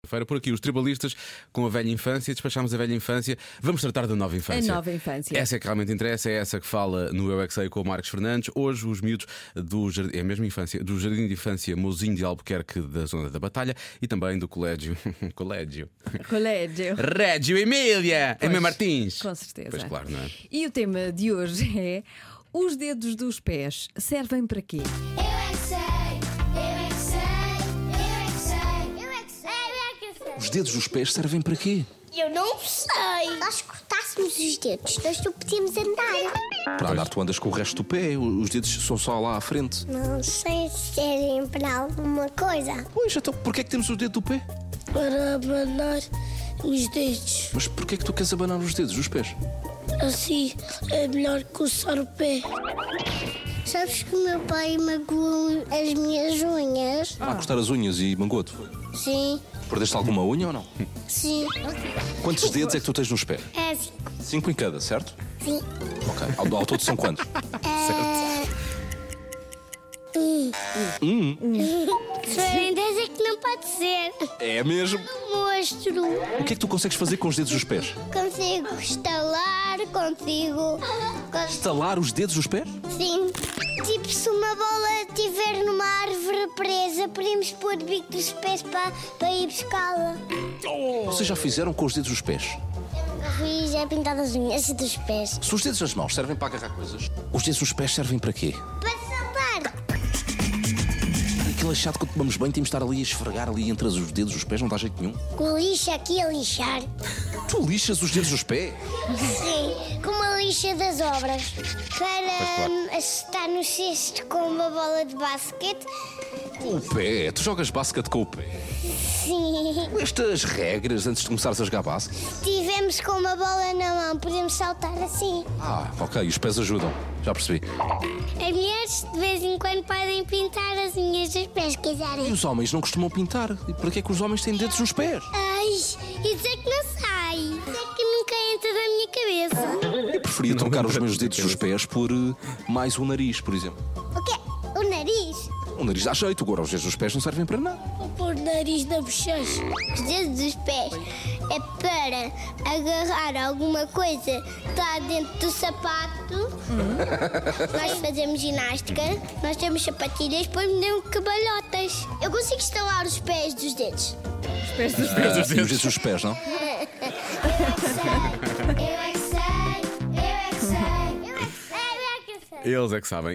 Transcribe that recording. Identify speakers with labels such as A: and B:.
A: quarta-feira, por aqui, os tribalistas com a velha infância, despachámos a velha infância, vamos tratar da nova infância.
B: A nova infância.
A: Essa é que realmente interessa, é essa que fala no Eu é Que Sei com o Marcos Fernandes. Hoje, os miúdos do jardim, é a mesma infância, do Jardim de Infância Mozinho de Albuquerque da Zona da Batalha e também do Colégio. colégio.
B: Colégio.
A: Régio Emília!
B: Pois,
A: Emma Martins!
B: com certeza.
A: É. Pois claro, não é?
B: E o tema de hoje é: os dedos dos pés servem para quê?
C: Eu é que sei, eu é que sei, eu é que sei, eu é que sei, eu é que sei, eu é que
D: Os dedos dos pés servem para quê?
C: sei. Eu não sei. Nós cortássemos os dedos, nós não podíamos andar.
D: Para andar, tu andas com o resto do pé, o- os dedos são só lá à frente.
C: Não sei se serem para alguma coisa.
D: Pois, então porquê é que temos o dedo do pé?
C: Para abanar os dedos.
D: Mas porquê é que tu queres abanar os dedos dos pés?
C: Assim é melhor coçar o pé. Sabes que o meu pai magoou as minhas unhas?
D: Ah, cortar as unhas e mangoto.
C: Sim,
D: Perdeste alguma unha ou não?
C: sim.
D: Quantos dedos é que tu tens nos pés?
C: É assim.
D: Cinco em cada, certo?
C: Sim.
D: Ok. Ao, ao todo são quantos?
C: Hum. Serem 10 é que não pode ser.
D: É mesmo.
C: Monstro.
D: O que é que tu consegues fazer com os dedos dos pés?
C: Consigo estalar, consigo. cons-
D: Estalar os dedos dos pés?
C: Sim. Tipo, se uma bola estiver numa árvore presa, podemos pôr o bico dos pés para, para ir buscá-la.
D: Vocês já fizeram com os dedos dos pés?
C: Fui já pintado é as unhas dos pés.
D: Se os dedos das mãos servem para agarrar coisas, os dedos dos pés servem para quê?
C: Para saltar.
D: Aquilo é chato quando tomamos banho, temos de estar ali a esfregar ali entre os dedos dos pés, não dá jeito nenhum.
C: Com lixa aqui a lixar.
D: Tu lixas os dedos dos pés?
C: Sim, com uma lixa das obras. Para
A: claro.
C: hum, acertar no cesto com uma bola de basquete.
D: Com o pé, tu jogas basquete com o pé.
C: Sim.
D: Estas regras antes de começares a jogar basquete.
C: Tivemos com uma bola na mão, podemos saltar assim.
D: Ah, ok, os pés ajudam, já percebi.
C: As mulheres de vez em quando podem pintar as unhas dos pés, se
D: E
C: quiserem.
D: os homens não costumam pintar. E para que é que os homens têm dedos nos pés?
C: Ai, isso é que não sai. Isso é que nunca entra na minha cabeça.
D: Eu preferia trocar os meus dedos dos pés por eh, mais um nariz, por exemplo.
C: O quê? O nariz?
D: O nariz dá jeito, agora os dedos dos pés não servem para nada.
C: Vou pôr o nariz na bochecha. Os dedos dos pés é para agarrar alguma coisa que está dentro do sapato. Nós fazemos ginástica, nós temos sapatilhas, põe-me cabalhotas. Eu consigo instalar os pés dos dedos.
B: Os pés dos
D: E
B: pés.
D: os dedos dos pés, não?
C: Eu é que sei, eu é que sei, eu é que sei, eu é que sei.
A: Eles é que sabem.